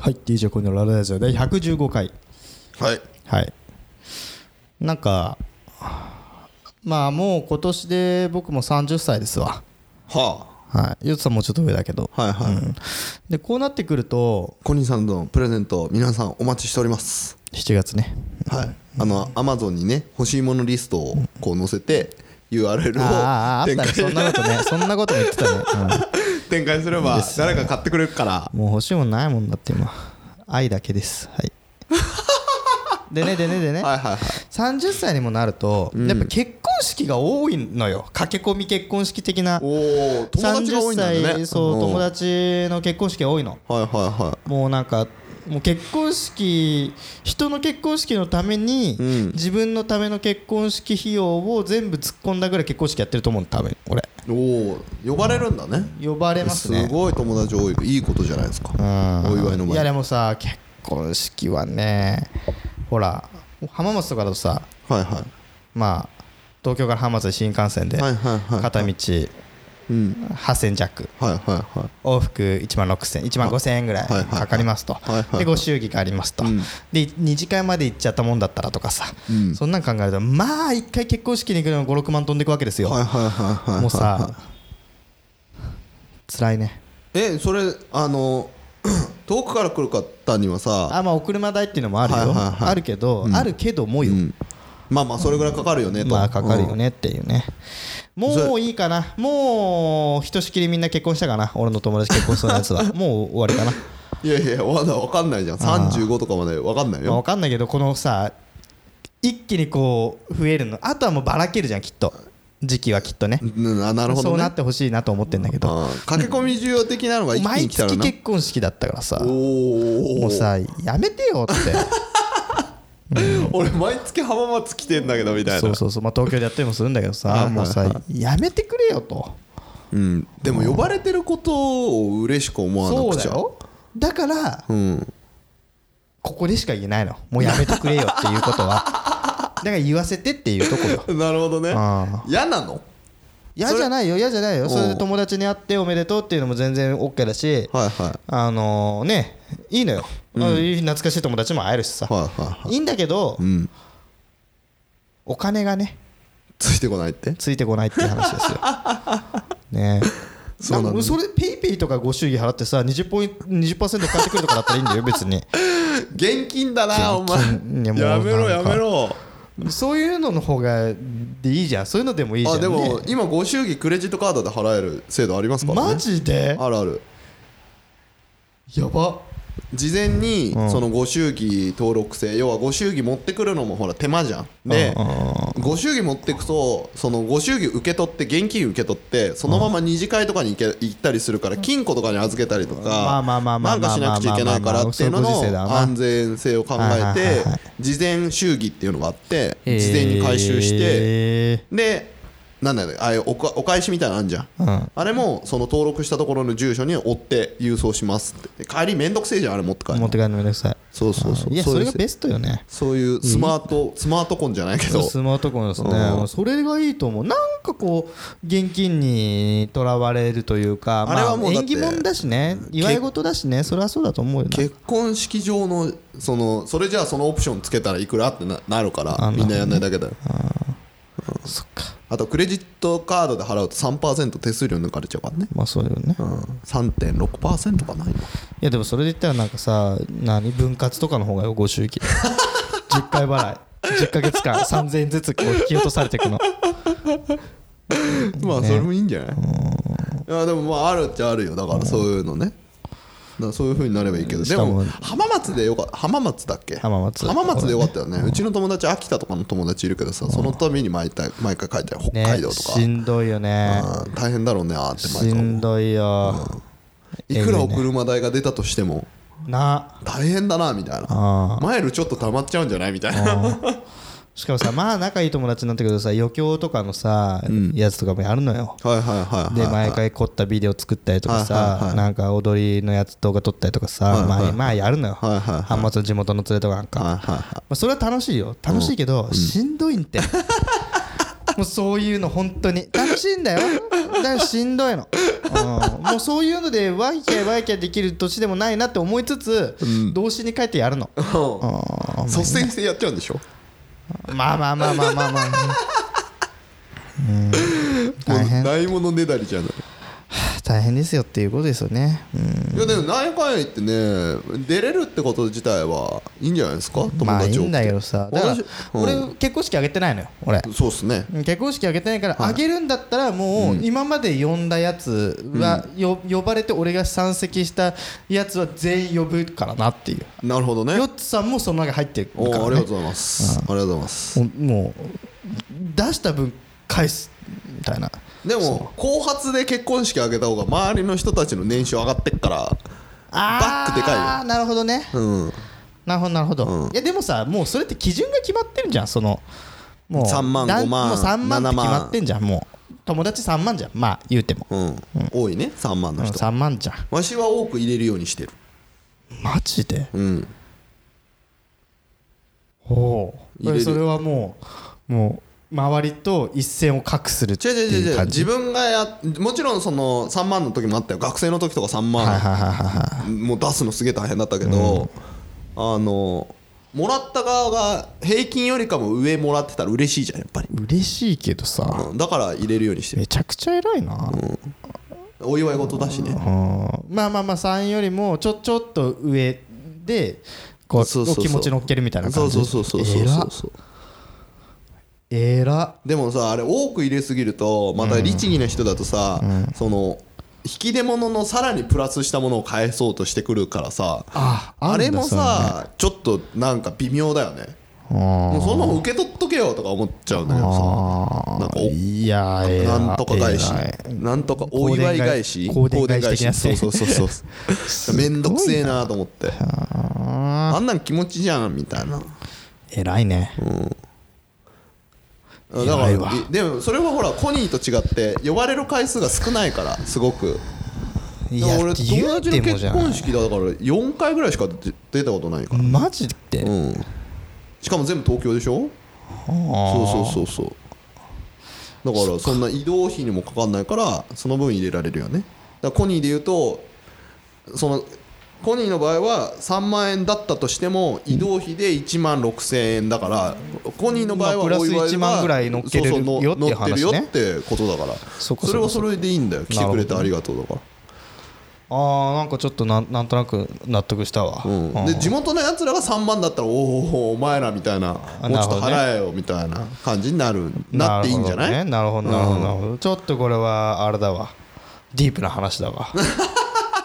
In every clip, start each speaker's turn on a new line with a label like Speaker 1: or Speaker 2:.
Speaker 1: はい DJ コニのラララジオ第115回
Speaker 2: はい
Speaker 1: はいなんかまあもう今年で僕も30歳ですわ
Speaker 2: は
Speaker 1: はいゆうとさんもうちょっと上だけど
Speaker 2: あはいはい、
Speaker 1: でこうなってくると
Speaker 2: コニーさんのプレゼント皆さんお待ちしております
Speaker 1: 7月ね
Speaker 2: はいあのアマゾンにね欲しいものリストをこう載せて URL
Speaker 1: あーあーあっ
Speaker 2: を展
Speaker 1: たね
Speaker 2: 開
Speaker 1: そんなことねそんなことも言ってたね、
Speaker 2: 展開すれば誰か買ってくれるから
Speaker 1: うんもう欲しいもんないもんだって今愛だけですはいでねでねでね、
Speaker 2: はいはいはい
Speaker 1: 30歳にもなると、やっぱ結婚式が多いのよ駆け込み結婚式的な
Speaker 2: おお友達が多いんだ
Speaker 1: 30
Speaker 2: ね
Speaker 1: 歳そう友
Speaker 2: 達
Speaker 1: 達の結婚式が多いの
Speaker 2: はいはいは
Speaker 1: もうなんかもう結婚式人の結婚式のために、
Speaker 2: うん
Speaker 1: 自分のための結婚式費用を全部突っ込んだぐらい結婚式やってると思うの多分俺
Speaker 2: いおお呼ばれるんだね
Speaker 1: 呼ばれますね
Speaker 2: すごい友達多いいいことじゃないですか
Speaker 1: うん
Speaker 2: お祝いの
Speaker 1: いや
Speaker 2: 前
Speaker 1: でもさ結婚式はねほら浜松とかだとさ
Speaker 2: はいはい
Speaker 1: まあ東京から浜松で新幹線で
Speaker 2: はいはいはい
Speaker 1: 片道
Speaker 2: うん
Speaker 1: 8000弱
Speaker 2: はいはいはい
Speaker 1: 往復1万6000 1万5000円ぐらい
Speaker 2: はいはいはい
Speaker 1: かかりますと
Speaker 2: はいはいはい
Speaker 1: でご祝儀がありますと
Speaker 2: うん
Speaker 1: で2次会まで行っちゃったもんだったらとかさ
Speaker 2: うん
Speaker 1: そんなん考えるとまあ1回結婚式に行くのに56万飛んでいくわけですよ
Speaker 2: はいはいはいはい
Speaker 1: もうさ辛いね
Speaker 2: えそれあの 遠くから来る方にはさ
Speaker 1: あまあお車代っていうのもあるよ
Speaker 2: はいはいはい
Speaker 1: あるけどあるけどもよ
Speaker 2: うんまあまあそれぐらいかかるよねと
Speaker 1: まあかかるよねっていうねもういいかなもうひとしきりみんな結婚したかな俺の友達結婚するやつ はもう終わりかな、
Speaker 2: うんいやいやわだわかんないじゃん35とかまでわかんない
Speaker 1: まあ、分
Speaker 2: よ
Speaker 1: かんないけどこのさ一気にこう増えるのあとはもうばらけるじゃんきっと時期はきっとね
Speaker 2: うんあなるほ
Speaker 1: そ
Speaker 2: ど
Speaker 1: うな
Speaker 2: ね
Speaker 1: ってほしいなと思ってんだけど
Speaker 2: あー駆け込み需要的なのが一気
Speaker 1: 毎
Speaker 2: に来たら
Speaker 1: 月
Speaker 2: な
Speaker 1: 結婚式だったからさも
Speaker 2: おお
Speaker 1: うさやめてよ っ
Speaker 2: 俺毎月浜松来てんだけどみた
Speaker 1: て
Speaker 2: い
Speaker 1: そ
Speaker 2: な
Speaker 1: うそうそうまあ東京でやったりもするんだけど
Speaker 2: はい
Speaker 1: さ
Speaker 2: はいはい
Speaker 1: もうさやめてくれよと
Speaker 2: うんでも呼ばれてることを嬉しく思わな
Speaker 1: そう
Speaker 2: く
Speaker 1: だ
Speaker 2: ちゃ
Speaker 1: よだから
Speaker 2: うん
Speaker 1: ここでしか言えないのもうやめてくれよっていうこと はだから言わせてっていうとこよ
Speaker 2: なるほどね
Speaker 1: あ
Speaker 2: 嫌なの
Speaker 1: 嫌じゃないよ嫌じゃないよ
Speaker 2: ん
Speaker 1: それで友達に会っておめでとうっていうのも全然 OK だし
Speaker 2: はいはい
Speaker 1: あのねいいのよ、あのいい懐かしい友達も会えるしさ、
Speaker 2: はいはいはい
Speaker 1: いんだけど、
Speaker 2: うん
Speaker 1: お金がね
Speaker 2: ついてこないって
Speaker 1: ついてこないっていう話 ですよねえ
Speaker 2: そうなんだ
Speaker 1: なんかそれペイペイとかご祝儀払ってさ20ポイント20%返ってくるとかだったらいいん だよ別に
Speaker 2: 現金だな
Speaker 1: い
Speaker 2: お
Speaker 1: やもう
Speaker 2: 前やめろ
Speaker 1: な
Speaker 2: や
Speaker 1: んか
Speaker 2: めろ
Speaker 1: そういうのの方がでいいじゃんそういうのでもいいじゃん
Speaker 2: あで
Speaker 1: ね
Speaker 2: も今ご祝儀クレジットカードで払える制度ありますからね
Speaker 1: マジで
Speaker 2: あるある
Speaker 1: やば
Speaker 2: 事前に
Speaker 1: うん
Speaker 2: そのご祝儀登録制要はご祝儀持ってくるのもほら手間じゃんで
Speaker 1: うんうん
Speaker 2: ご祝儀持ってくとそのご祝儀受け取って現金受け取ってそのまま二次会とかに行け行ったりするから金庫とかに預けたりと
Speaker 1: まあ
Speaker 2: か
Speaker 1: まあまあまあ
Speaker 2: なんかしなくちゃいけないからっていうの
Speaker 1: まあまあまあそういうご時世だ
Speaker 2: の
Speaker 1: な
Speaker 2: 安全性を考
Speaker 1: はいはい
Speaker 2: え
Speaker 1: はい
Speaker 2: て
Speaker 1: はい
Speaker 2: 事前祝儀っていうのがあって事前に回収して
Speaker 1: え
Speaker 2: でなんだよねあれおかお返しみたいなのあんじゃん
Speaker 1: ーうん
Speaker 2: あれもその登録したところの住所に追って郵送しますって帰りめんどくせえじゃんあれ持って帰る
Speaker 1: 持
Speaker 2: の
Speaker 1: って帰るのめんどくさい
Speaker 2: そうそうそう
Speaker 1: いや
Speaker 2: そう
Speaker 1: そ
Speaker 2: い
Speaker 1: れ
Speaker 2: う
Speaker 1: がベストよね
Speaker 2: そういうスマートスマートコンじゃないけど
Speaker 1: スマートフォンです
Speaker 2: う
Speaker 1: ね
Speaker 2: ん
Speaker 1: それがいいと思うなんかこう現金にとらわれるというか
Speaker 2: あれはもう
Speaker 1: ま
Speaker 2: だ
Speaker 1: あ
Speaker 2: っ
Speaker 1: 縁
Speaker 2: て
Speaker 1: 起物だしね祝い事だしねそれはそうだと思うよな
Speaker 2: 結婚式場のそのそれじゃあそのオプションつけたらいくらってななるから
Speaker 1: あ
Speaker 2: みんなやんないだけだよ
Speaker 1: そっか
Speaker 2: あとクレジットカードで払うと3%手数料抜かれちゃうからね
Speaker 1: まあそうだよね
Speaker 2: うん3.6%かな今
Speaker 1: いやでもそれで言ったらなんかさ何分割とかの方がよご祝儀 10回払い10ヶ月間3000円ずつこう引き落とされていくの
Speaker 2: まあそれもいいんじゃないいやでもまああるっちゃあるよだからそういうのねだからそういう風になればいいけど
Speaker 1: ん
Speaker 2: で
Speaker 1: しかも
Speaker 2: も浜松でよかった浜松だっけ
Speaker 1: 浜松
Speaker 2: 浜松でよかったよねうちの友達秋田とかの友達いるけどさそのために毎回毎回書いてある北
Speaker 1: ね
Speaker 2: 海道とか
Speaker 1: しんどいよね
Speaker 2: うん大変だろうねあーって
Speaker 1: し
Speaker 2: 毎回思
Speaker 1: ん
Speaker 2: う
Speaker 1: どいよ
Speaker 2: いくらお車代が出たとしても
Speaker 1: な
Speaker 2: 大変だなみたいな
Speaker 1: あ
Speaker 2: マイルちょっと溜まっちゃうんじゃないみたいな
Speaker 1: しかもさまあ仲いい友達なんだけどさ余興とかのさやつとかもやるのよ
Speaker 2: はいはいはい
Speaker 1: で
Speaker 2: はい
Speaker 1: 毎回凝ったビデオ作ったりとか
Speaker 2: はいはい
Speaker 1: さ
Speaker 2: はい
Speaker 1: なんか踊りのやつ動画撮ったりとかさまあまあやるのよ
Speaker 2: はいはいはい
Speaker 1: 浜松の地元の連れとかなんか
Speaker 2: はいはいは
Speaker 1: まあ、それは楽しいよ楽しいけど、しんどいんってもうそういうの本当に楽しいんだよだからしんどいの、うん、もうそういうのでワイキャイワイキャイできる年でもないなって思いつつ、童心に帰ってやるの、
Speaker 2: う
Speaker 1: うん
Speaker 2: ん率先してやっちゃうんでしょ
Speaker 1: まあまあまあまあまあまあ、うん、
Speaker 2: も
Speaker 1: 大
Speaker 2: う
Speaker 1: 変
Speaker 2: ないものねだりじゃない
Speaker 1: 大変ですよっていうことですよね、うん、
Speaker 2: いやでも何やかんや言ってね出れるってこと自体はいいんじゃないですか友達を
Speaker 1: まあいいんだけどさだから
Speaker 2: 私
Speaker 1: 俺、
Speaker 2: う
Speaker 1: 結婚式あげてないのよ俺
Speaker 2: そうっすね
Speaker 1: 結婚式あげてないから、あげるんだったらもう今まで呼んだやつは、よ呼ばれて俺が山積したやつは全員呼ぶからなっていう
Speaker 2: なるほどね
Speaker 1: ヨッツさんもその中に入ってるから、
Speaker 2: お
Speaker 1: ね、
Speaker 2: ーありがとうございますありがとうございます
Speaker 1: もう出した分返すみたいな
Speaker 2: でも後発で結婚式あげた方が周りの人たちの年収上がってっからバックでかいよ
Speaker 1: あーなるほどね
Speaker 2: うん
Speaker 1: なるほどなるほど、
Speaker 2: うん
Speaker 1: いやでもさもうそれって基準が決まってるじゃんそのもう
Speaker 2: 3万
Speaker 1: だん
Speaker 2: 5万
Speaker 1: もう3万って
Speaker 2: 7
Speaker 1: 決
Speaker 2: 万
Speaker 1: まってんじゃんもう友達3万じゃんまあ言うても、
Speaker 2: うん多いね3万
Speaker 1: う
Speaker 2: の
Speaker 1: ん、
Speaker 2: 人
Speaker 1: 3万じゃん
Speaker 2: わしは多く入れるようにしてる
Speaker 1: マジで
Speaker 2: うん
Speaker 1: ほう
Speaker 2: 入れる
Speaker 1: それはもうもう周りと一線を画するって
Speaker 2: 違う違う違う
Speaker 1: い
Speaker 2: 違
Speaker 1: う
Speaker 2: う
Speaker 1: 感じ
Speaker 2: 自分がやもちろんその3万の時もあったよ学生の時とか3万、
Speaker 1: はいはいはいはいは
Speaker 2: もう出すのすげえ大変だったけど、あのもらった側が平均よりかも上もらってたら嬉しいじゃんやっぱり、
Speaker 1: い嬉しいけどさ
Speaker 2: うんだから入れるようにしてる
Speaker 1: めちゃくちゃ偉いな、
Speaker 2: お祝い事だしね
Speaker 1: うんまあまあまあ3よりもちょちょっと上でこう
Speaker 2: そうそうそう
Speaker 1: お気持ち乗っけるみたいな
Speaker 2: そ
Speaker 1: 感
Speaker 2: う
Speaker 1: じ
Speaker 2: そうそうそうそうそうそう
Speaker 1: えら
Speaker 2: でもさあれ多く入れすぎるとまた律儀な人だとさ、その引き出物のさらにプラスしたものを返そうとしてくるからさ
Speaker 1: あ
Speaker 2: あれも
Speaker 1: るんだ
Speaker 2: さ、ちょっとなんか微妙だよね
Speaker 1: それね
Speaker 2: もうそのまま受け取っとけよとか思っちゃうんだけどさ
Speaker 1: あ
Speaker 2: なんか
Speaker 1: ーいやー偉い
Speaker 2: なんとか返し
Speaker 1: 偉い
Speaker 2: なんとかお祝い返し
Speaker 1: 香典返し的なやつ
Speaker 2: そう
Speaker 1: ね
Speaker 2: そうそう そうめんどくせえなと思ってあんなん気持ちじゃんみたいな
Speaker 1: 偉いね
Speaker 2: だから
Speaker 1: 偉いわ
Speaker 2: いでもそれはほらコニーと違って呼ばれる回数が少ないからすごく
Speaker 1: い
Speaker 2: で
Speaker 1: や
Speaker 2: も俺友
Speaker 1: 言う
Speaker 2: 達
Speaker 1: て
Speaker 2: の
Speaker 1: もじ
Speaker 2: 結
Speaker 1: ゃな
Speaker 2: 婚
Speaker 1: い
Speaker 2: 式だから4回ぐらいしか出出たことないから
Speaker 1: マジで
Speaker 2: うんしかも全部東京でしょそ
Speaker 1: そ
Speaker 2: うそうそうそうだからそんな移動費にもかかんないからその分入れられるよねだからコニーで言うとそのコニーの場合は3万円だったとしても移動費で1万6000円だからコニーの場合は
Speaker 1: まあプラス
Speaker 2: お祝いは
Speaker 1: 1万ぐらい乗っけれる
Speaker 2: そうそう
Speaker 1: よっていう話ね
Speaker 2: 乗ってるよってことだから
Speaker 1: そ
Speaker 2: そ
Speaker 1: こそこ
Speaker 2: れはそれでいいんだよ来てくれてありがとうだから
Speaker 1: ああなんかちょっとなんなんとなく納得したわ、
Speaker 2: うん、で地元のやつらが3万だったらおおお前らみたいなもうちょっと払えよみたいな感じになるなっていいんじゃない
Speaker 1: なるほどねなるほどなるほど、ちょっとこれはあれだわディープな話だ わ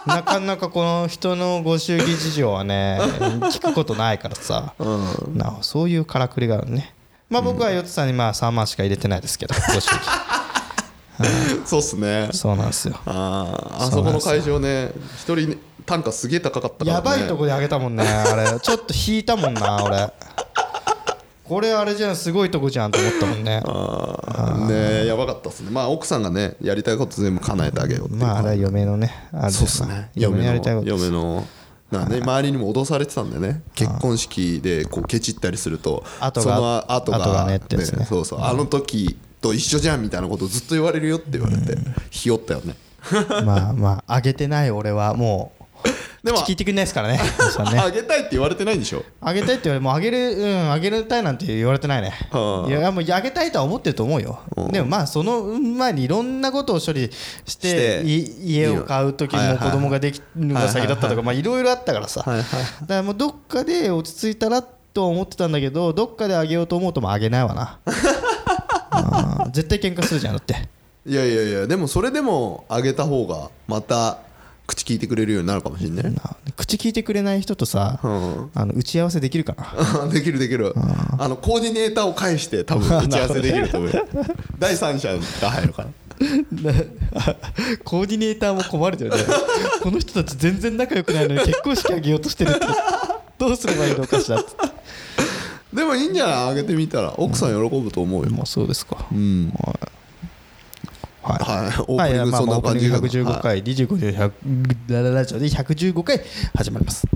Speaker 1: なかなかこの人のご祝儀事情は ね聞くことないからさ、なそういうからくりがあるねまあ僕はヨッツさんにまあ3万しか入れてないですけどご祝 儀
Speaker 2: そうっすね
Speaker 1: そうなんですよ
Speaker 2: あーあそこの会場ね一人単価すげえ高かったから、ね、
Speaker 1: やばいとこであげたもんねあれちょっと引いたもんな俺これあれじゃんすごいとこじゃんと思ったもんね
Speaker 2: あーねえやばかったっすねまあ奥さんがねやりたいこと全部叶えてあげようっていう
Speaker 1: まああれは嫁のねあれ
Speaker 2: そうっすね
Speaker 1: 嫁のやりたいこと
Speaker 2: 嫁のなんかね、周りにも脅されてたんでね結婚式でこうケチったりすると
Speaker 1: 後が
Speaker 2: その後が
Speaker 1: 後がねってやつね
Speaker 2: そうそうあの時と一緒じゃんみたいなことをずっと言われるよって言われてひよったよね
Speaker 1: まあまああげてない俺はもう
Speaker 2: でも
Speaker 1: 聞いてくれないです からね皆さんね
Speaker 2: あげたいって言われてないんでしょ
Speaker 1: あげたいって言われもうあげるうんあげるたいなんて言われてないね
Speaker 2: はあ
Speaker 1: いやもうあげたいとは思ってると思うよでもまあその前にいろんなことを処理して
Speaker 2: して
Speaker 1: い家を買う時
Speaker 2: はい
Speaker 1: も
Speaker 2: はいは
Speaker 1: 子
Speaker 2: い
Speaker 1: 供ができるのが先だったとかまあいろいろあったからさ
Speaker 2: い
Speaker 1: だ
Speaker 2: は
Speaker 1: からもうどっかで落ち着いたらとは思ってたんだけどどっかであげようと思うともあげないわ なあー絶対喧嘩するじゃんだって
Speaker 2: いやいやいやでもそれでもあげた方がまた口聞いてくれるようになるかもしれない
Speaker 1: な口聞いてくれない人とさ
Speaker 2: ん
Speaker 1: あの打ち合わせできるかな
Speaker 2: できるできるあのコーディネーターを介して多分打ち合わせできると思うよ 第三者が入るから
Speaker 1: コーディネーターも困るよねこの人たち全然仲良くないのに結婚式あげようとしてるってどうすればいいのかしらって
Speaker 2: でもいいんじゃないあげてみたら奥さん喜ぶと思うよ
Speaker 1: もうそうですか
Speaker 2: うん
Speaker 1: はい
Speaker 2: はいオー
Speaker 1: はい
Speaker 2: プニング
Speaker 1: まあ
Speaker 2: そん
Speaker 1: まあ
Speaker 2: な
Speaker 1: オープ
Speaker 2: 感
Speaker 1: ニ
Speaker 2: じ
Speaker 1: ング115
Speaker 2: がはい
Speaker 1: 回25秒100ラララジオで115回始まります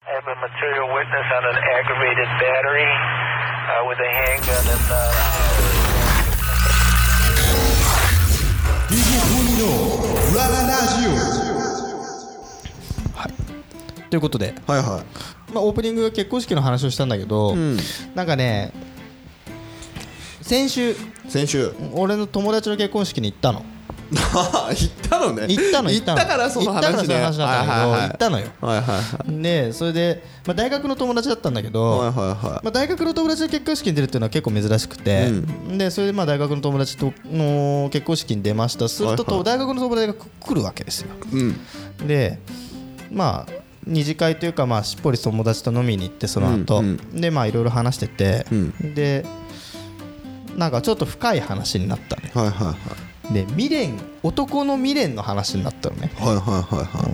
Speaker 3: I have a material witness on an aggravated battery uh, with a handgun and uh,
Speaker 2: DJ ラララジ
Speaker 1: ということで、
Speaker 2: オはいは
Speaker 1: まあ、オープニングが結婚式の話をしたんだけど、
Speaker 2: ん
Speaker 1: なんかね先週
Speaker 2: い先週
Speaker 1: 俺の友達の結婚式に行ったの
Speaker 2: 行ったのね
Speaker 1: 行ったの
Speaker 2: 行ったからその
Speaker 1: 行ったから
Speaker 2: 話
Speaker 1: その
Speaker 2: ね
Speaker 1: 話なんだけど、
Speaker 2: はいはいはい
Speaker 1: 行ったのよ
Speaker 2: はいはい
Speaker 1: でそれで、まあ、大学の友達だったんだけど、
Speaker 2: はいはいは
Speaker 1: ま
Speaker 2: い
Speaker 1: あ、大学の友達の結婚式に出るっていうのは結構珍しくて、でそれでまあ大学の友達との結婚式に出ましたすると
Speaker 2: はいは
Speaker 1: と大学の友達が来るわけですよ
Speaker 2: うん
Speaker 1: でまあ二次会というかまあしっぽり友達と飲みに行ってその後、
Speaker 2: うん
Speaker 1: でまあいろいろ話してて、
Speaker 2: う
Speaker 1: でなんかちょっと深い話になったね
Speaker 2: はいはいはい
Speaker 1: で未練男の未練の話になったのね
Speaker 2: はいはいはいは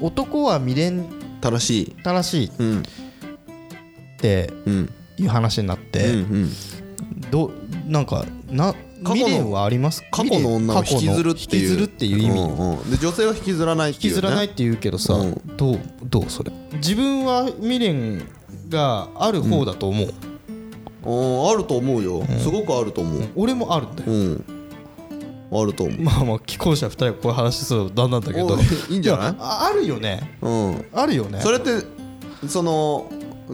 Speaker 1: 男は未練
Speaker 2: い正しい
Speaker 1: たらしいっ
Speaker 2: うん
Speaker 1: て
Speaker 2: うん
Speaker 1: いう話になっ
Speaker 2: うんう
Speaker 1: て、
Speaker 2: ん
Speaker 1: どうなんかな
Speaker 2: 過去の
Speaker 1: 未練はあります
Speaker 2: 過去の女を引きずるってい
Speaker 1: 過去の引き
Speaker 2: う
Speaker 1: ずるっていう意味、
Speaker 2: んうんで女性は引きずらないって
Speaker 1: 引き
Speaker 2: いうね
Speaker 1: ずらないって言うけどさ、
Speaker 2: うん
Speaker 1: どうどうそれ自分は未練がある方だと思う、
Speaker 2: うんあると思うよすごくあると思う
Speaker 1: 俺もあるんだよ、
Speaker 2: うんあると思う
Speaker 1: まあまあ既婚者2人がこういう話するのだんだんだけど
Speaker 2: おいいいんじ ゃない
Speaker 1: やああるよね
Speaker 2: うん
Speaker 1: あるよね
Speaker 2: それってその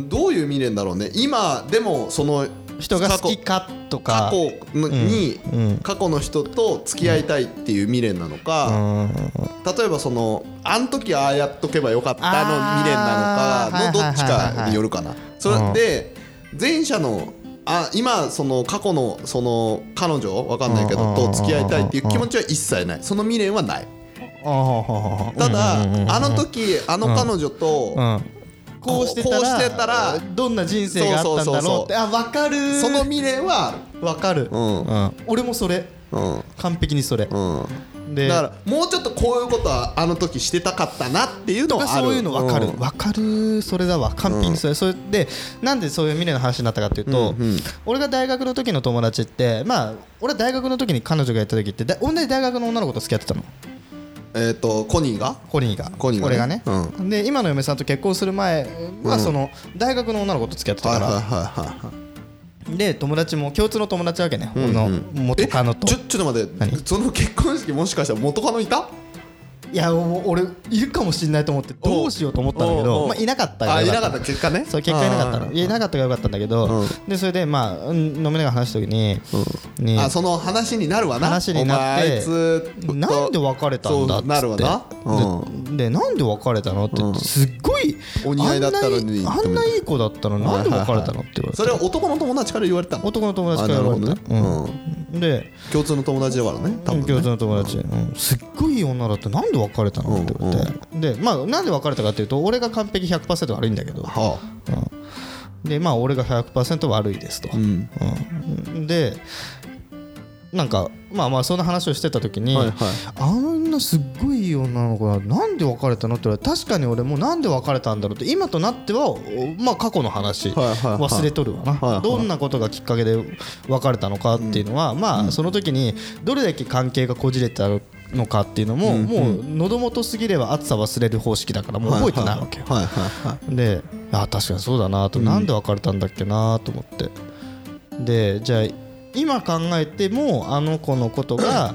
Speaker 2: どういう未練だろうね今でもその
Speaker 1: 人が好きかと
Speaker 2: 過
Speaker 1: か
Speaker 2: 去のに
Speaker 1: うん
Speaker 2: 過去の人と付き合いたいっていう未練なのか
Speaker 1: うん
Speaker 2: 例えばそのあん時ああやっとけばよかったの
Speaker 1: あー
Speaker 2: 未練なのかのどっち
Speaker 1: はいはいはいはい
Speaker 2: か
Speaker 1: はい
Speaker 2: によるかな。それで前者のあ今その過去のその彼女わかんないけ
Speaker 1: うん
Speaker 2: どと付き合いたいっていう
Speaker 1: うん
Speaker 2: 気持ちは一切ないその未練はない
Speaker 1: あははは
Speaker 2: ただ
Speaker 1: うんうんうんうん
Speaker 2: あの時あの彼女と
Speaker 1: うんこうしてたら
Speaker 2: こうしてたら
Speaker 1: どんな人生があったんだろうってあ分かる
Speaker 2: その未練は
Speaker 1: わかる、
Speaker 2: う
Speaker 1: う
Speaker 2: ん
Speaker 1: ん俺もそれ
Speaker 2: うん
Speaker 1: 完璧にそれ、
Speaker 2: うん
Speaker 1: で
Speaker 2: だからもうちょっとこういうことはあの時してたかったなっていうのはある
Speaker 1: そういうの分かる、
Speaker 2: うん
Speaker 1: 分かるそれだわ完璧にそれ,、それでなんでそういう未練の話になったかっていうと、
Speaker 2: うんうん
Speaker 1: 俺が大学の時の友達ってまあ俺は大学の時に彼女がいた時ってだ同じ大学の女の子と付き合ってたの
Speaker 2: えっ、とコニーが
Speaker 1: コニーが
Speaker 2: コニーがね
Speaker 1: 俺がね、で今の嫁さんと結婚する前はその大学の女の子と付き合ってた
Speaker 2: はいは
Speaker 1: か
Speaker 2: い
Speaker 1: ら、
Speaker 2: はいはい
Speaker 1: で友達も共通の友達わけね、俺の元カノと
Speaker 2: ちょちょっと待って
Speaker 1: 何
Speaker 2: その結婚式もしかしたら元カノいた
Speaker 1: いやお俺いるかもしれないと思ってどうしようと思ったんだけ
Speaker 2: おうおうお
Speaker 1: ど、
Speaker 2: う
Speaker 1: まあ、いなかったから
Speaker 2: あい
Speaker 1: よ
Speaker 2: な
Speaker 1: か
Speaker 2: か
Speaker 1: っ
Speaker 2: ったた結果ね
Speaker 1: そう結果いなかったのいなかったからよかったんだけど、
Speaker 2: うん
Speaker 1: でそれでまあうん飲めながら話した時に,、に
Speaker 2: あその話になるわな
Speaker 1: 話になって
Speaker 2: お前あいつと
Speaker 1: なんで別れたんだっつっ
Speaker 2: そう
Speaker 1: て
Speaker 2: なるわなうん
Speaker 1: ででなんで別れたのって言ってすっごい
Speaker 2: お似合いだったのに
Speaker 1: あんないあんないい子だったのになんで別れたのって言われて
Speaker 2: それは男の友達から言われたの
Speaker 1: 男の友達から言われて、
Speaker 2: あなるほどね
Speaker 1: うん、で
Speaker 2: 共通の友達だからね多分ね
Speaker 1: 共通の友達、うんすっごいいい女だってなんで別れたのって言われて、でまあなんで別れたかっていうと俺が完璧100%悪いんだけど
Speaker 2: は
Speaker 1: でまあ俺が100%悪いですと、
Speaker 2: あうん
Speaker 1: うんでなんかまあまあそんな話をしてた時に、
Speaker 2: はいはい
Speaker 1: あんなすっごいいい女の子なのになんで別れたのって言われて確かに俺もなんで別れたんだろうって今となってはまあ過去の話、
Speaker 2: はいはいはい
Speaker 1: 忘れとるわな、
Speaker 2: はいはい
Speaker 1: どんなことがきっかけで別れたのかっていうのは、まあその時にどれだけ関係がこじれたのかっていうのも、もう喉元すぎれば暑さ忘れる方式だからもう覚えてないわけよ、
Speaker 2: はいはいはい
Speaker 1: であ確かにそうだなと、なんで別れたんだっけなと思ってでじゃあ今考えてもあの子のことが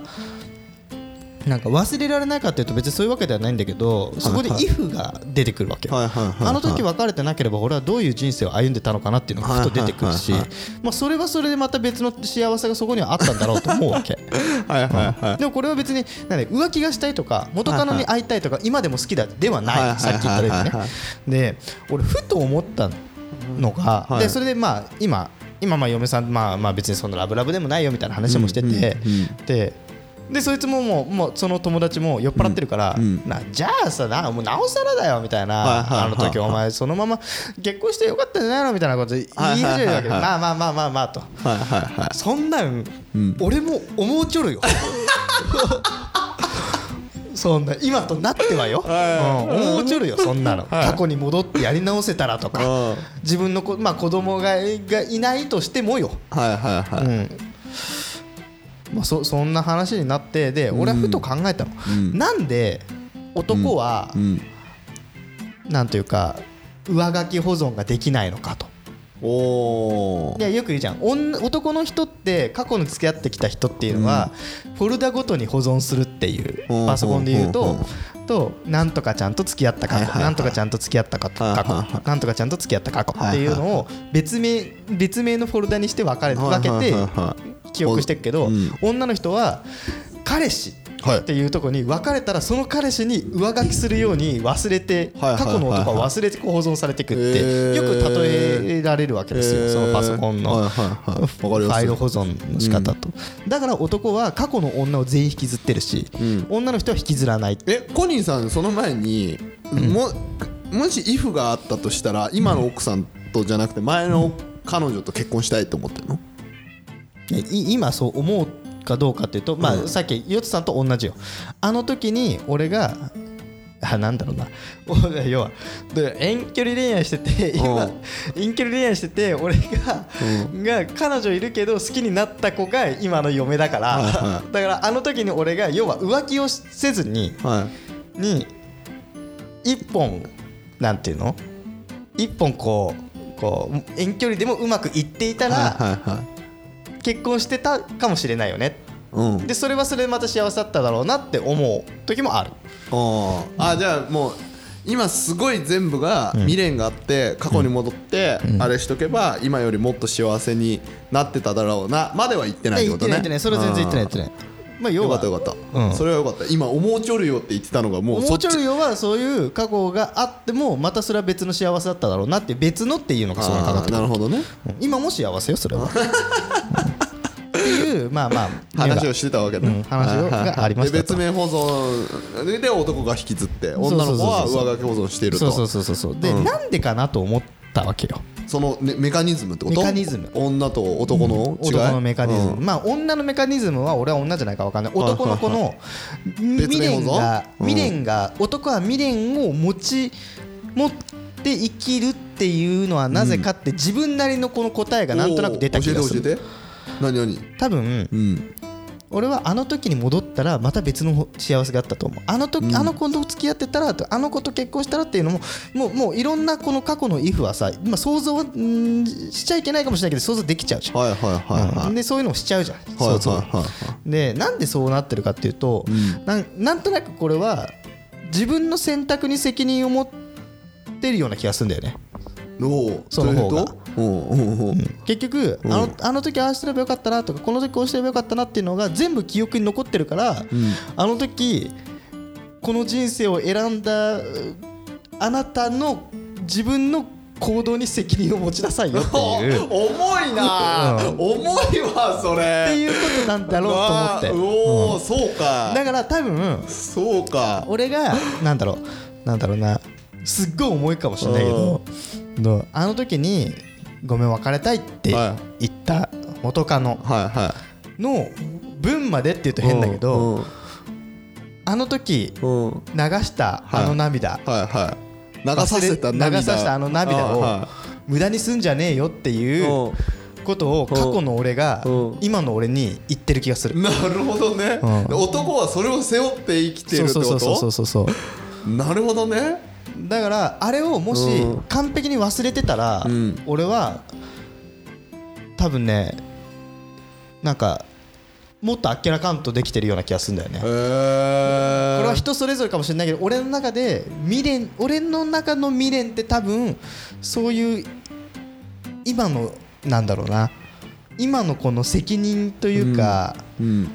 Speaker 1: なんか忘れられないかっていうと別にそういうわけではないんだけどそこで「if」が出てくるわけよ、
Speaker 2: はいはいはいはい
Speaker 1: あの時別れてなければ俺はどういう人生を歩んでたのかなっていうのがふと出てくるし
Speaker 2: はいはい
Speaker 1: まあそれはそれでまた別の幸せがそこにはあったんだろうと思うわけ。
Speaker 2: はいはいはい
Speaker 1: でもこれは別になんで浮気がしたいとか元カノに会いたいとか今でも好きだでは
Speaker 2: はい
Speaker 1: な
Speaker 2: はい
Speaker 1: いさっき言ったようにね
Speaker 2: はいはいはい
Speaker 1: で俺ふと思ったのが、
Speaker 2: はい
Speaker 1: でそれでまあ今今まあ嫁さん、まあ、まあ別にそんなラブラブでもないよみたいな話もしてて、
Speaker 2: うんうん
Speaker 1: ででそいつももうもうその友達も酔っ払ってるから、
Speaker 2: うん
Speaker 1: なじゃあさなもうなおさらだよみたいな、
Speaker 2: はいはいはい
Speaker 1: あの時お前そのまま結婚してよかったんじゃないのみたいなこと言い始めるわけで、
Speaker 2: はいはいはいはい
Speaker 1: まあまあまあまあまあと
Speaker 2: はいはいはい
Speaker 1: そんなん、俺も思うちょるよそんな今となってはよ、
Speaker 2: はい
Speaker 1: うん思うちょるよそんなの、
Speaker 2: はい
Speaker 1: 過去に戻ってやり直せたらとか、
Speaker 2: うん
Speaker 1: 自分のこ、まあ、子供ががいないとしてもよ、
Speaker 2: はいはいはい
Speaker 1: うんまあ、そそんな話になってで俺はふと考えたの、
Speaker 2: うん
Speaker 1: なんで男は、
Speaker 2: うん
Speaker 1: なんというか上書き保存ができないのかと。
Speaker 2: おお
Speaker 1: いやよく言うじゃん女男の人って過去に付き合ってきた人っていうのは、フォルダごとに保存するっていう、
Speaker 2: うん
Speaker 1: パソコンで言うと、
Speaker 2: うん
Speaker 1: となんとかちゃんと付き合った過去、
Speaker 2: はいはいはい
Speaker 1: なんとかちゃんと付き合った過去、
Speaker 2: はいはいはい
Speaker 1: 過去なんとかちゃんと付き合った過去っていうのを別名別名のフォルダにして分かれ分けて記憶していくけど、
Speaker 2: うん
Speaker 1: 女の人は彼氏
Speaker 2: はい
Speaker 1: っていうところに別れたらその彼氏に上書きするように忘れて
Speaker 2: はいはい
Speaker 1: 過
Speaker 2: はい
Speaker 1: 去
Speaker 2: はい
Speaker 1: の男は忘れてこう保存されていくって、
Speaker 2: へー
Speaker 1: よく例えられるわけですよ、そのパソコンの、
Speaker 2: はいはいはいわ
Speaker 1: フ
Speaker 2: かりま
Speaker 1: ァ
Speaker 2: す
Speaker 1: イル保存の仕方と、だから男は過去の女を全員引きずってるし、
Speaker 2: ん
Speaker 1: 女の人は引きずらない
Speaker 2: えコニーさんその前にももし「イフ」があったとしたら今の奥さんとじゃなくて前の彼女と結婚したいと思ってるの
Speaker 1: い今そう思うかどうかっていうと、まあ、さっきヨツさんと同じよあの時に俺があなんだろうな お要はで遠距離恋愛してて
Speaker 2: う
Speaker 1: 今
Speaker 2: ん
Speaker 1: 遠距離恋愛してて俺が,、が彼女いるけど好きになった子が今の嫁だから、
Speaker 2: はいは
Speaker 1: だからあの時に俺が要は浮気をせずに
Speaker 2: はい
Speaker 1: に一本なんていうの一本こうこう遠距離でもうまくいっていたら、
Speaker 2: はいはいはい
Speaker 1: 結婚してたかもしれないよね
Speaker 2: うん
Speaker 1: でそれはそれでまた幸せだっただろうなって思う時もある
Speaker 2: あーあじゃあもう今すごい全部が未練があって過去に戻ってあれしとけば今よりもっと幸せになってただろうなまでは言ってないって
Speaker 1: 言
Speaker 2: こ
Speaker 1: っ
Speaker 2: と
Speaker 1: てな
Speaker 2: ね
Speaker 1: い言ってないそれは全然言ってない
Speaker 2: あー
Speaker 1: 言ってないまあ要
Speaker 2: よか
Speaker 1: は
Speaker 2: ったよかった、
Speaker 1: うん
Speaker 2: それはよかった今「思うちょるよ」って言ってたのがもう
Speaker 1: も
Speaker 2: そっ
Speaker 1: う
Speaker 2: ち
Speaker 1: ちょい要はそういう過去があってもまたそれは別の幸せだっただろうなって別のっていうのがそこにかかっ
Speaker 2: あ
Speaker 1: てく
Speaker 2: ー
Speaker 1: る
Speaker 2: なるほどね
Speaker 1: うん今も幸せよそれ はっていうまあまあ
Speaker 2: 話をしてたわけだ、
Speaker 1: うん話をがありましたと
Speaker 2: で別名保存で男が引きずって
Speaker 1: そうそう
Speaker 2: 女
Speaker 1: そ
Speaker 2: の
Speaker 1: う
Speaker 2: 子
Speaker 1: そう
Speaker 2: は上書き保存していると
Speaker 1: そうそうそうそうそうで、
Speaker 2: うん
Speaker 1: なんでかなと思ったわけよ
Speaker 2: その、ね、メカニズムってこと
Speaker 1: メカニズム
Speaker 2: 女と男の違い、
Speaker 1: 男のメカニズム、
Speaker 2: うん
Speaker 1: まあ女のメカニズムは俺は女じゃないか分かんない
Speaker 2: はいはい
Speaker 1: 男の子の未練が
Speaker 2: 別名保存うん
Speaker 1: 未練が男は未練を持ち持って生きるっていうのはなぜかって自分なりのこの答えがなんとなく出た気がす
Speaker 2: おー教え
Speaker 1: る
Speaker 2: て教えて何何
Speaker 1: 多分
Speaker 2: うん
Speaker 1: 俺はあの時に戻ったらまた別の幸せがあったと思うあの時、あの子と付き合ってたらとあの子と結婚したらっていうのももうもういろんなこの過去の「if」はさ、まあ、想像はんしちゃいけないかもしれないけど想像できちゃうじゃん
Speaker 2: はいはいはいはい
Speaker 1: でそういうのをしちゃうじゃん、
Speaker 2: はい
Speaker 1: そうそう
Speaker 2: はいはいはい
Speaker 1: でなんでそうなってるかっていうと、なんなんとなくこれは自分の選択に責任を持ってるような気がするんだよね
Speaker 2: おー
Speaker 1: その方が
Speaker 2: どういうことうんうんうん
Speaker 1: 結局、あのあの時ああすればよかったなとかこの時こうすればよかったなっていうのが全部記憶に残ってるから、あの時この人生を選んだうあなたの自分の行動に責任を持ちなさいよっていう っ
Speaker 2: お重いな
Speaker 1: う
Speaker 2: 重いわそれ
Speaker 1: ていううことなんだろうと思って。
Speaker 2: おおーそう
Speaker 1: だ
Speaker 2: か
Speaker 1: から多分
Speaker 2: そうか
Speaker 1: 俺がなんだろうなんだろうなすっごい重いかもしれないけどのあの時に「ごめん別れたい」って
Speaker 2: は
Speaker 1: 言った元カノ
Speaker 2: はいは
Speaker 1: の分までって言うと
Speaker 2: い
Speaker 1: 変だけど
Speaker 2: うん
Speaker 1: あの時
Speaker 2: うんうん
Speaker 1: 流したあの涙
Speaker 2: はいはい流させた
Speaker 1: 忘
Speaker 2: 涙
Speaker 1: れ流させたあの涙を
Speaker 2: は
Speaker 1: 無駄にすんじゃねえよって
Speaker 2: い
Speaker 1: いう
Speaker 2: は
Speaker 1: ことを過去の俺が
Speaker 2: うん
Speaker 1: 今の俺に言ってる気がす
Speaker 2: い
Speaker 1: る。
Speaker 2: なるほどね
Speaker 1: うん
Speaker 2: 男はそれを背負って生きてる
Speaker 1: そう
Speaker 2: って
Speaker 1: そうそうそうそ
Speaker 2: こ
Speaker 1: うそう
Speaker 2: となるほどね
Speaker 1: だからあれをもし
Speaker 2: うん
Speaker 1: 完璧に忘れてたら、
Speaker 2: うん
Speaker 1: 俺は多分ねなんかもっとあっけらかんとできてるような気がするんだよね。
Speaker 2: へ
Speaker 1: こ
Speaker 2: え
Speaker 1: れは人それぞれかもしれないけど俺の中で未練俺の中の未練って多分そういう今のなんだろうな今のこの責任というか、
Speaker 2: うん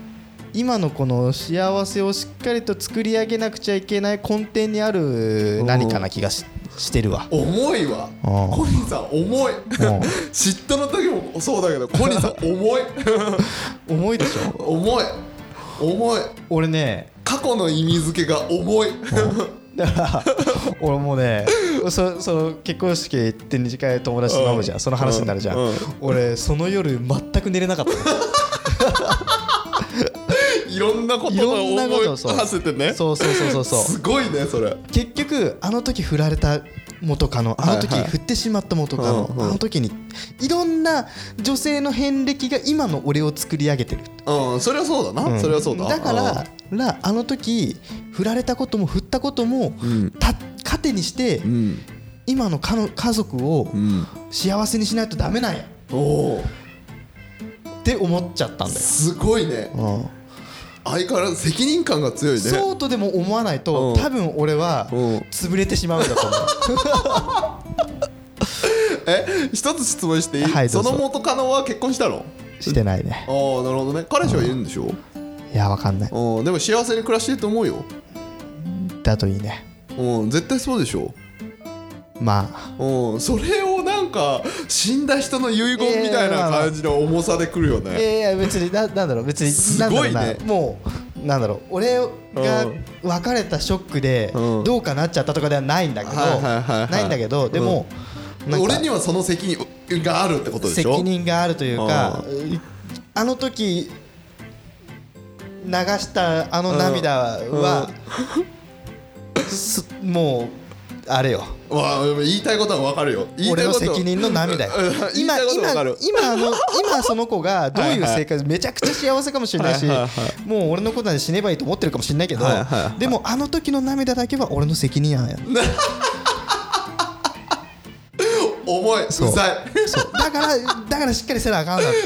Speaker 1: 今のこの幸せをしっかりと作り上げなくちゃいけない根底にある何かな気がししてるわ。
Speaker 2: 重いわ
Speaker 1: うん
Speaker 2: コニーさん重い 嫉妬の時もそうだけどコニーさん重い
Speaker 1: 重いでしょ
Speaker 2: 重い重い
Speaker 1: 俺ね
Speaker 2: 過去の意味付けが重い
Speaker 1: だから俺もうねそその結婚式行って二次会友達と飲むじゃんその話になるじゃん、
Speaker 2: うんうん
Speaker 1: 俺その夜全く寝れなかった
Speaker 2: いろんなこと
Speaker 1: い
Speaker 2: を
Speaker 1: ろんなこ
Speaker 2: 思い
Speaker 1: と
Speaker 2: 出
Speaker 1: そう
Speaker 2: せてね
Speaker 1: そうそうそうそうそう
Speaker 2: すごいねそれ
Speaker 1: 結局あの時振られた元カノあの時
Speaker 2: はいはい
Speaker 1: 振ってしまった元カノ、
Speaker 2: うんう
Speaker 1: あ
Speaker 2: ん
Speaker 1: の時にいろんな女性の遍歴が今の俺を作り上げてる
Speaker 2: うんそれはそうだな、それはそうだ
Speaker 1: だか
Speaker 2: うん
Speaker 1: ららあの時振られたことも振ったことも、
Speaker 2: ん
Speaker 1: た糧にして、
Speaker 2: うん
Speaker 1: 今のかの家族を
Speaker 2: うん
Speaker 1: 幸せにしないとダメなんや
Speaker 2: おお
Speaker 1: って思っちゃったんだよ、
Speaker 2: すごいね
Speaker 1: うん
Speaker 2: 相変わらず責任感が強いね
Speaker 1: そうとでも思わないと、
Speaker 2: うん
Speaker 1: 多分俺は
Speaker 2: うん
Speaker 1: 潰れてしまうんだと思
Speaker 2: え一つ質問していい、
Speaker 1: はいど
Speaker 2: そう
Speaker 1: ぞ
Speaker 2: の元カノは結婚したの
Speaker 1: うしてないね
Speaker 2: ああなるほどね彼氏はいるんでしょ
Speaker 1: いやわかんない
Speaker 2: うんでも幸せに暮らしてると思うよ
Speaker 1: だといいね
Speaker 2: うん絶対そうでしょ
Speaker 1: まあ
Speaker 2: うんそれをなんか死んだ人の遺言みたいな感じの重さでくるよ
Speaker 1: い
Speaker 2: ね
Speaker 1: やいや別にななんだろう別に
Speaker 2: す
Speaker 1: なんだ
Speaker 2: ご
Speaker 1: ろう
Speaker 2: いね
Speaker 1: なもうなんだろう俺が
Speaker 2: うん
Speaker 1: 別れたショックで
Speaker 2: うん
Speaker 1: どうかなっちゃったとかではないんだけど
Speaker 2: はいはいはいはい
Speaker 1: ないんだけどでもなんか
Speaker 2: 俺にはその責任があるってことでしょ
Speaker 1: 責任があるというかあの時流したあの涙はすもうあれよ
Speaker 2: わあでも言いたいことは分かるよ言いた
Speaker 1: 俺
Speaker 2: いこ
Speaker 1: の
Speaker 2: と
Speaker 1: 責任の涙よ
Speaker 2: 言いた
Speaker 1: 今
Speaker 2: いこと
Speaker 1: 今
Speaker 2: わ
Speaker 1: 今
Speaker 2: か
Speaker 1: あ
Speaker 2: る
Speaker 1: の今その子がどういう生活めちゃくちゃ幸せかもしれないし
Speaker 2: はいはい
Speaker 1: もう俺のことなんて死ねばいいと思ってるかもしれないけど
Speaker 2: はいはいは
Speaker 1: でもあの時の涙だけは俺の責任なん や
Speaker 2: 重いう
Speaker 1: そう
Speaker 2: ざい
Speaker 1: そうだからだからしっかりせなあかんなって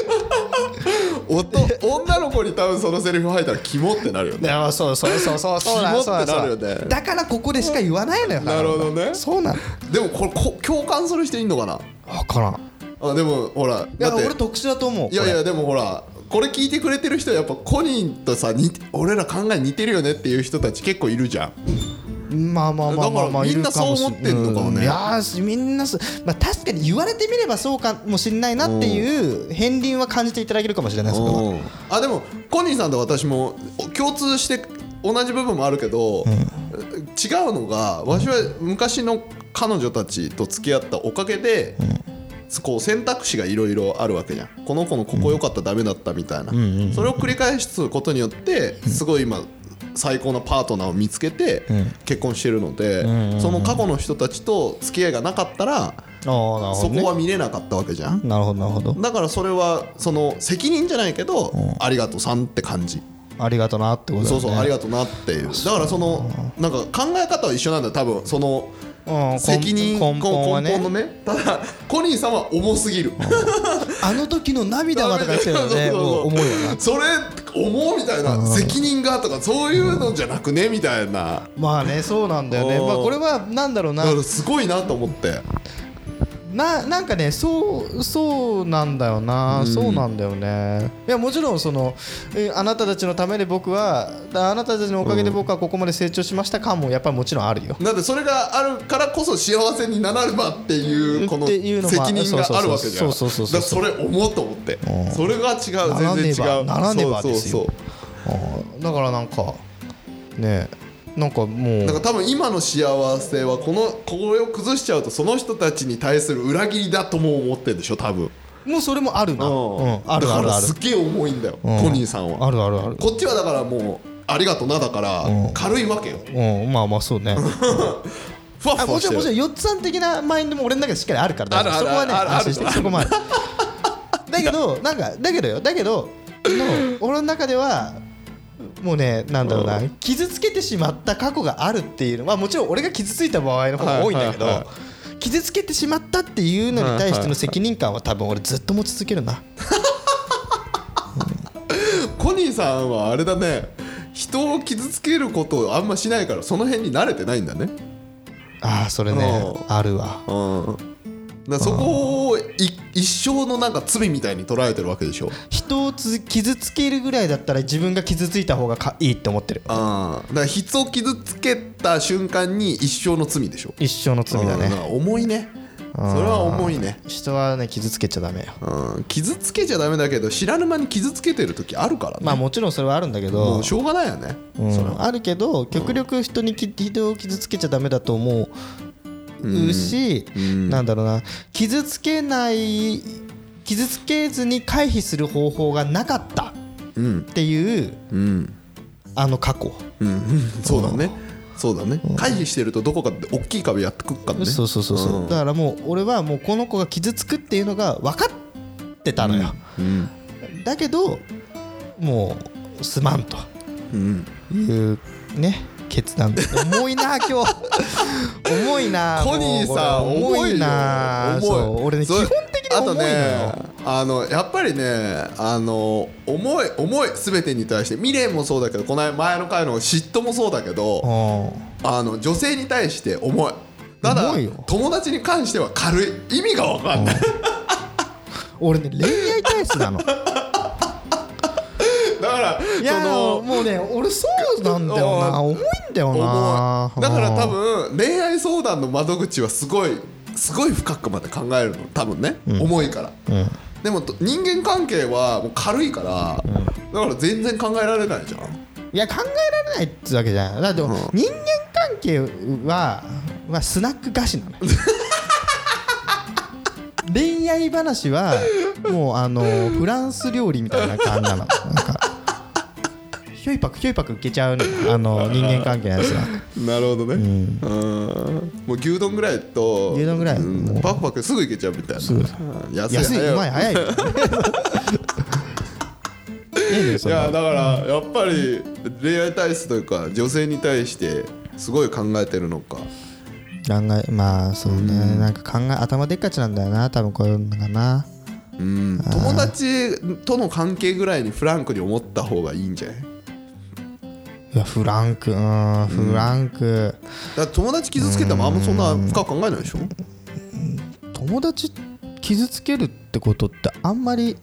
Speaker 2: 男女の子に多分そのセリフ入ったらキモってなるよ
Speaker 1: い
Speaker 2: ね
Speaker 1: やそうそうそうそうそうだ
Speaker 2: キモって
Speaker 1: そうだ
Speaker 2: なるよ
Speaker 1: そ
Speaker 2: ね
Speaker 1: うだだからここでしか言わ ないのよ
Speaker 2: なるほどね
Speaker 1: そうなの
Speaker 2: でもこれこ共感する人いんのかな
Speaker 1: 分からん
Speaker 2: あでもほら
Speaker 1: だ
Speaker 2: だ
Speaker 1: か
Speaker 2: っ
Speaker 1: ら
Speaker 2: て
Speaker 1: 俺特殊だと思う
Speaker 2: いやい
Speaker 1: こ
Speaker 2: やでもほらこれ聞いてくれてる人はやっぱコニンとさ似て俺ら考え似てるよねっていう人たち結構いるじゃん
Speaker 1: れまあまあまあまあまあ
Speaker 2: だからみ
Speaker 1: い
Speaker 2: ん
Speaker 1: る
Speaker 2: な
Speaker 1: かもし
Speaker 2: そう思ってんのかもね
Speaker 1: うんいやーみんなそうまあ確かに言われてみればそうかもしれないなっていう片鱗は感じていただけるかもしれないそこは
Speaker 2: あでもコニーさんと私もお共通して同じ部分もあるけど、違うのがわしは昔の彼女たちと付き合ったおかげで、こう選択肢がいろいろあるわけじゃんこの子のここ良かった、ダメだったみたいな、
Speaker 1: んうん
Speaker 2: それを繰り返すことによってすごい今最高のパートナーを見つけて
Speaker 1: ん
Speaker 2: 結婚してるので、
Speaker 1: んうんうん
Speaker 2: その過去の人たちと付き合いがなかったら、
Speaker 1: ああなるほ
Speaker 2: そ
Speaker 1: どね
Speaker 2: こは見れなかったわけじゃん。
Speaker 1: なるほどなるほど
Speaker 2: だからそれはその責任じゃないけど、ありがとうさんって感じ、
Speaker 1: ありがとなってことだ
Speaker 2: そう
Speaker 1: よね
Speaker 2: そうありがとうなっていうだからそのなんか考え方は一緒なんだよ多分その
Speaker 1: うん
Speaker 2: 責任
Speaker 1: 根本は
Speaker 2: 根
Speaker 1: ね
Speaker 2: 本のねただコニーさんは重すぎる
Speaker 1: あの時の涙はとか 言ってるのね
Speaker 2: そうそう
Speaker 1: も
Speaker 2: そ
Speaker 1: う
Speaker 2: う
Speaker 1: 思うよな
Speaker 2: それ思うみたいな責任がとかそういうのじゃなくねみたいな
Speaker 1: まあねそうなんだよね
Speaker 2: うん
Speaker 1: まあこれはなんだろうな
Speaker 2: だからすごいなと思って
Speaker 1: ななんかねそうそうなんだよな、そうなんだよねいやもちろんそのえあなたたちのためで僕はあなたたちのおかげで僕はここまで成長しました感もやっぱりもちろんあるよ、
Speaker 2: だってそれがあるからこそ幸せにならばっていうこの
Speaker 1: って
Speaker 2: 責
Speaker 1: いうのが
Speaker 2: 任があるわけじゃん
Speaker 1: そうそうそうそうそうそう
Speaker 2: だからそれ思うと思って
Speaker 1: うん
Speaker 2: それが違う全然違う
Speaker 1: ならねばならねばですよ
Speaker 2: そうそうそう
Speaker 1: あーだからなんかねなんかもう
Speaker 2: なんか多分今の幸せはこのこれを崩しちゃうとその人たちに対する裏切りだとも思ってるでしょ多分
Speaker 1: もうそれもあるな、うん、あるあ
Speaker 2: だ
Speaker 1: る
Speaker 2: か
Speaker 1: あ
Speaker 2: ら
Speaker 1: る
Speaker 2: す、げえ重いんだよ、
Speaker 1: うん
Speaker 2: コニーさんは
Speaker 1: あるあるある
Speaker 2: こっちはだからもうありがとなだから
Speaker 1: うん
Speaker 2: 軽いわけよ
Speaker 1: うんまあまあそうね
Speaker 2: ふわ
Speaker 1: あ
Speaker 2: ふ
Speaker 1: も
Speaker 2: わ
Speaker 1: ち
Speaker 2: し
Speaker 1: ろんもちろ
Speaker 2: て
Speaker 1: ん
Speaker 2: る
Speaker 1: よっつさん的なマインドも俺の中でしっかりあるから
Speaker 2: あるある
Speaker 1: そこはね
Speaker 2: あるある
Speaker 1: 安心して
Speaker 2: ある
Speaker 1: そこもあるだけ どなんかだけどよだけどもう俺の中ではもうねなんだろうな傷つけてしまった過去があるっていうのはもちろん俺が傷ついた場合の方が多いんだけど、
Speaker 2: はいはいは
Speaker 1: 傷つけてしまったっていうのに対しての責任感は多分俺ずっと持ち続けるな
Speaker 2: コニーさんはあれだね人を傷つけることをあんましないからその辺に慣れてないんだね
Speaker 1: ああそれね
Speaker 2: う
Speaker 1: あるわ
Speaker 2: うんだからそこをい一生のなんか罪みたいに捉えてるわけでしょ
Speaker 1: 人をつ傷つけるぐらいだったら自分が傷ついた方がかいいって思ってる
Speaker 2: ああだから人を傷つけた瞬間に一生の罪でしょ
Speaker 1: 一生の罪だ
Speaker 2: うん
Speaker 1: ね
Speaker 2: から重いねそれは重いね
Speaker 1: 人はね傷つけちゃダメよ
Speaker 2: うん傷つけちゃダメだけど知らぬ間に傷つけてる時あるからね
Speaker 1: まあもちろんそれはあるんだけ
Speaker 2: も
Speaker 1: ど
Speaker 2: うしょうがないよね
Speaker 1: うんあるけど極力人にき人を傷つけちゃダメだと思うし
Speaker 2: ん
Speaker 1: なんだろうな傷つけない傷つけずに回避する方法がなかったっ
Speaker 2: うん
Speaker 1: ていう
Speaker 2: うん
Speaker 1: あの過去
Speaker 2: うんそうだねそうだね回避してるとどこかで大きい壁やってくっからね
Speaker 1: そうそうそうそうだからもう俺はもうこの子が傷つくっていうのが分かってたのよ
Speaker 2: うん
Speaker 1: だけどもうすまんと
Speaker 2: うん
Speaker 1: いうね決断重い な今日重いな
Speaker 2: コニーさん
Speaker 1: もうこれ
Speaker 2: 重いよ
Speaker 1: なそう俺ね基
Speaker 2: それ
Speaker 1: 本的に重いの
Speaker 2: あ
Speaker 1: よ
Speaker 2: とねあのやっぱりねあの重い重い全てに対して未練もそうだけどこの前の回の嫉妬もそうだけど
Speaker 1: う
Speaker 2: あの女性に対して重いただ
Speaker 1: 重いよ
Speaker 2: 友達に関しては軽い意味が分かんない
Speaker 1: ん俺ね恋愛体質な の
Speaker 2: だから
Speaker 1: いや
Speaker 2: その
Speaker 1: もうね俺そうなんだよな 重
Speaker 2: う
Speaker 1: いんだよな
Speaker 2: 重いだから多分恋愛相談の窓口はすごいすごい深くまで考えるの多分ね、重いから、
Speaker 1: うん
Speaker 2: でもと人間関係はもう軽いから、だから全然考えられないじゃん
Speaker 1: いや考えられないってわけじゃないだって人間関係は、まあ、スナック菓子なの恋愛話はもうあのフランス料理みたいな感じなのなんかひょいぱくひょいぱくいけちゃうのあの人間関係のやつは
Speaker 2: なるほどね、うんもう牛丼ぐらいと
Speaker 1: 牛丼ぐらい
Speaker 2: うん
Speaker 1: もう
Speaker 2: パクパクすぐいけちゃうみたいな
Speaker 1: ぐ
Speaker 2: うん安い
Speaker 1: 安いうま
Speaker 2: 早
Speaker 1: い早いいいのよ
Speaker 2: い
Speaker 1: そんな
Speaker 2: やだからやっぱり恋愛体質というか女性に対してすごい考えてるのか
Speaker 1: 考えまあそうねなんか考え頭でっかちなんだよな多分こういうのかな
Speaker 2: うん友達との関係ぐらいにフランクに思った方がいいんじゃない
Speaker 1: いやフランクうんフランク、
Speaker 2: だから友達傷つけてもあんまそんな深く考えないでしょ
Speaker 1: 友達傷つけるってことってあんまり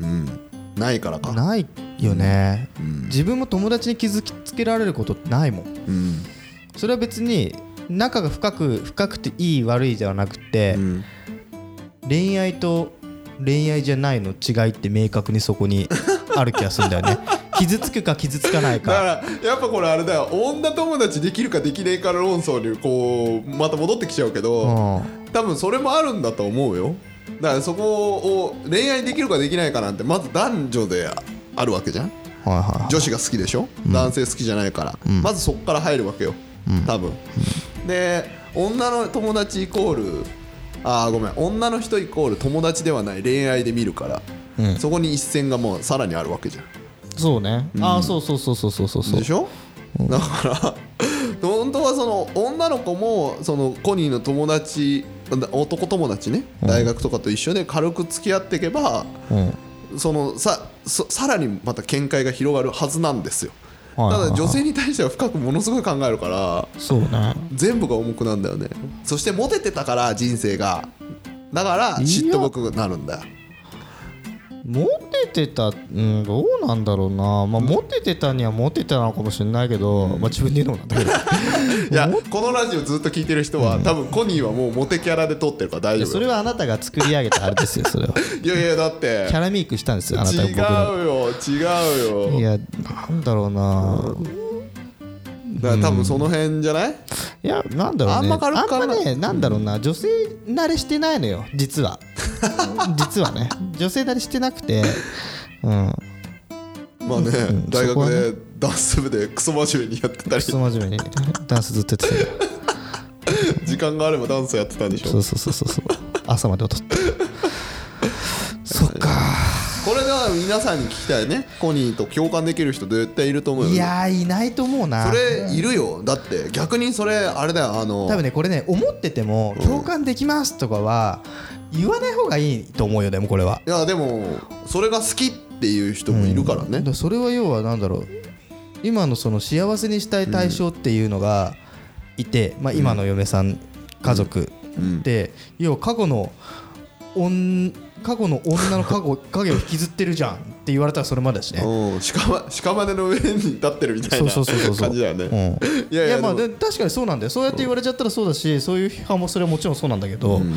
Speaker 2: うんないからか
Speaker 1: ないよね、
Speaker 2: ん
Speaker 1: 自分も友達に傷つけられることってないもん
Speaker 2: うん
Speaker 1: それは別に仲が深く深くていい悪いじゃなくて、
Speaker 2: うん
Speaker 1: 恋愛と恋愛じゃないの違いって明確にそこ にある気がするんだよね傷つくか傷つかない
Speaker 2: だ
Speaker 1: か
Speaker 2: からやっぱこれあれだよ女友達できるかできねえか論争にこうまた戻ってきちゃうけ
Speaker 1: う
Speaker 2: ど
Speaker 1: ん
Speaker 2: 多分それもあるんだと思うよだからそこを恋愛できるかできないかなんてまず男女であるわけじゃん
Speaker 1: はいは
Speaker 2: 女子が好きでしょ、男性好きじゃないから、まずそこから入るわけよ、多分、で女の友達イコールあーごめん女の人イコール友達ではない恋愛で見るから、
Speaker 1: うん
Speaker 2: そこに一線がもうさらにあるわけじゃん
Speaker 1: いそうね、ああそうそうそうそうそうそうそう
Speaker 2: でしょ、だから 本当はその女の子もそのコニーの友達男友達ね大学とかと一緒で軽く付き合っていけば、
Speaker 1: うん
Speaker 2: そのさそさらにまた見解が広がるはずなんですよ
Speaker 1: はいはい
Speaker 2: た
Speaker 1: はい
Speaker 2: だ女性に対しては深くものすごい考えるから
Speaker 1: そうね
Speaker 2: 全部が重くなんだよねそしてモテてたから人生がだから嫉妬深くなるんだよ
Speaker 1: モテてた、うん、どうなんだろうな、まあ、モテてたにはモテてたのかもしれないけど、まあ、自分で言うのもな んだけど
Speaker 2: いや
Speaker 1: も
Speaker 2: このラジオずっと聞いてる人は多分コニーはもうモテキャラで通ってるから大
Speaker 1: い
Speaker 2: 丈
Speaker 1: や
Speaker 2: 夫
Speaker 1: それはあなたが作り上げたあれですよそれは
Speaker 2: いやいやだって
Speaker 1: キャラメイクしたんですよあなたが
Speaker 2: 違
Speaker 1: 僕の
Speaker 2: うよ違うよ
Speaker 1: いやなんだろうな
Speaker 2: だから多分その辺じゃない
Speaker 1: いやなんだろうね
Speaker 2: あんま軽く考え
Speaker 1: あんまねなんだろうな女性慣れしてないのよ実 は実はね女性慣れしてなくてうん
Speaker 2: まあね
Speaker 1: うん
Speaker 2: 大
Speaker 1: そこは
Speaker 2: 学
Speaker 1: ね
Speaker 2: でダンス部でクソ真面目にやってた
Speaker 1: ク
Speaker 2: り
Speaker 1: ソ真面目にダンスずっとやっ てたよ
Speaker 2: 時間があればダンスやってたんでしょ
Speaker 1: そうそうそうそうそう朝まで踊ってそっか
Speaker 2: これが皆さんに聞きたいねコニーと共感できる人絶対いると思うよ
Speaker 1: いやーいないと思うな
Speaker 2: それいるよだって逆にそれあれだよあの
Speaker 1: 多分ねこれね思ってても共感できますとかは言わない方がいいと思うよでもこれはい
Speaker 2: やでもそれが好きっていう人もいるからね、
Speaker 1: だそれは要は何だろう今のその幸せにしたい対象っていうのがいて、まあ、今の嫁さん家族で、要は過去の女過去の女の過去 影を引きずってるじゃんって言われたらそれまでだしね。
Speaker 2: うん、屍の上に立ってるみたい
Speaker 1: そう
Speaker 2: な
Speaker 1: そうそうそうそう
Speaker 2: 感じだよね、
Speaker 1: うん
Speaker 2: いやいや
Speaker 1: まあ
Speaker 2: で
Speaker 1: で確かにそうなんだよそうやって言われちゃったらそうだしそういう批判もそれはもちろんそうなんだけど、うん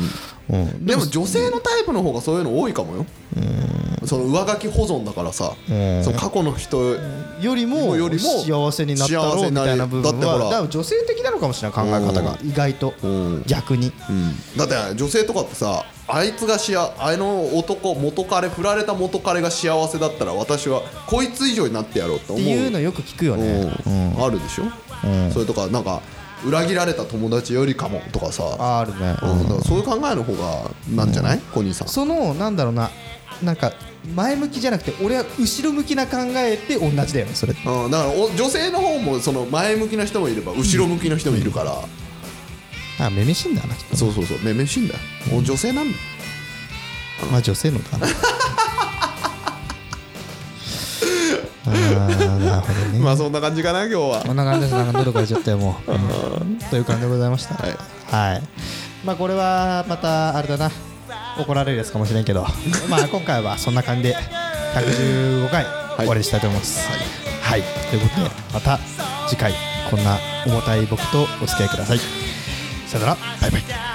Speaker 2: でも女性のタイプの方がそういうの多いかもよその上書き保存だからさ
Speaker 1: うん
Speaker 2: その過去の人
Speaker 1: よりも
Speaker 2: よりも
Speaker 1: 幸せになったろうみたいな部分
Speaker 2: 幸せになれだってほ
Speaker 1: は
Speaker 2: ら
Speaker 1: だから女性的なのかもしれない考え方が意外と
Speaker 2: うん
Speaker 1: 逆に
Speaker 2: だって女性とかってさあいつがしああの男元彼振られた元彼が幸せだったら私はこいつ以上になってやろうと
Speaker 1: っ
Speaker 2: 思
Speaker 1: て
Speaker 2: う
Speaker 1: いうのよく聞くよね
Speaker 2: うんあるでしょ、それとかなんか裏切られた友達よりかもとかさ
Speaker 1: ああるね、
Speaker 2: うん、だからそういう考えの方がなんじゃない、コニーさん
Speaker 1: そのなんだろうななんか前向きじゃなくて俺は後ろ向きな考えって同じだよねそれって
Speaker 2: うん、だからお女性の方もその前向きな人もいれば後ろ向きの人もいるから、
Speaker 1: あめめしいんだなきっと
Speaker 2: そうそうそうめめしいんだよ、お女性なんだよ
Speaker 1: まあ女性のだなあーなるほどね、
Speaker 2: まあそんな感じかな今日は
Speaker 1: こんな感じです。なんか喉がちゃったよ、も う。うんという感じでございました。
Speaker 2: はい
Speaker 1: はい。まあ、これはまた、あれだな。怒られるやつかもしれんけ ど、まあ、今回はそんな感じで、115回終わりにしたいと思います。はい。ということで、また次回、こんな重たい僕とお付き合いください。さよなら、バイバイ。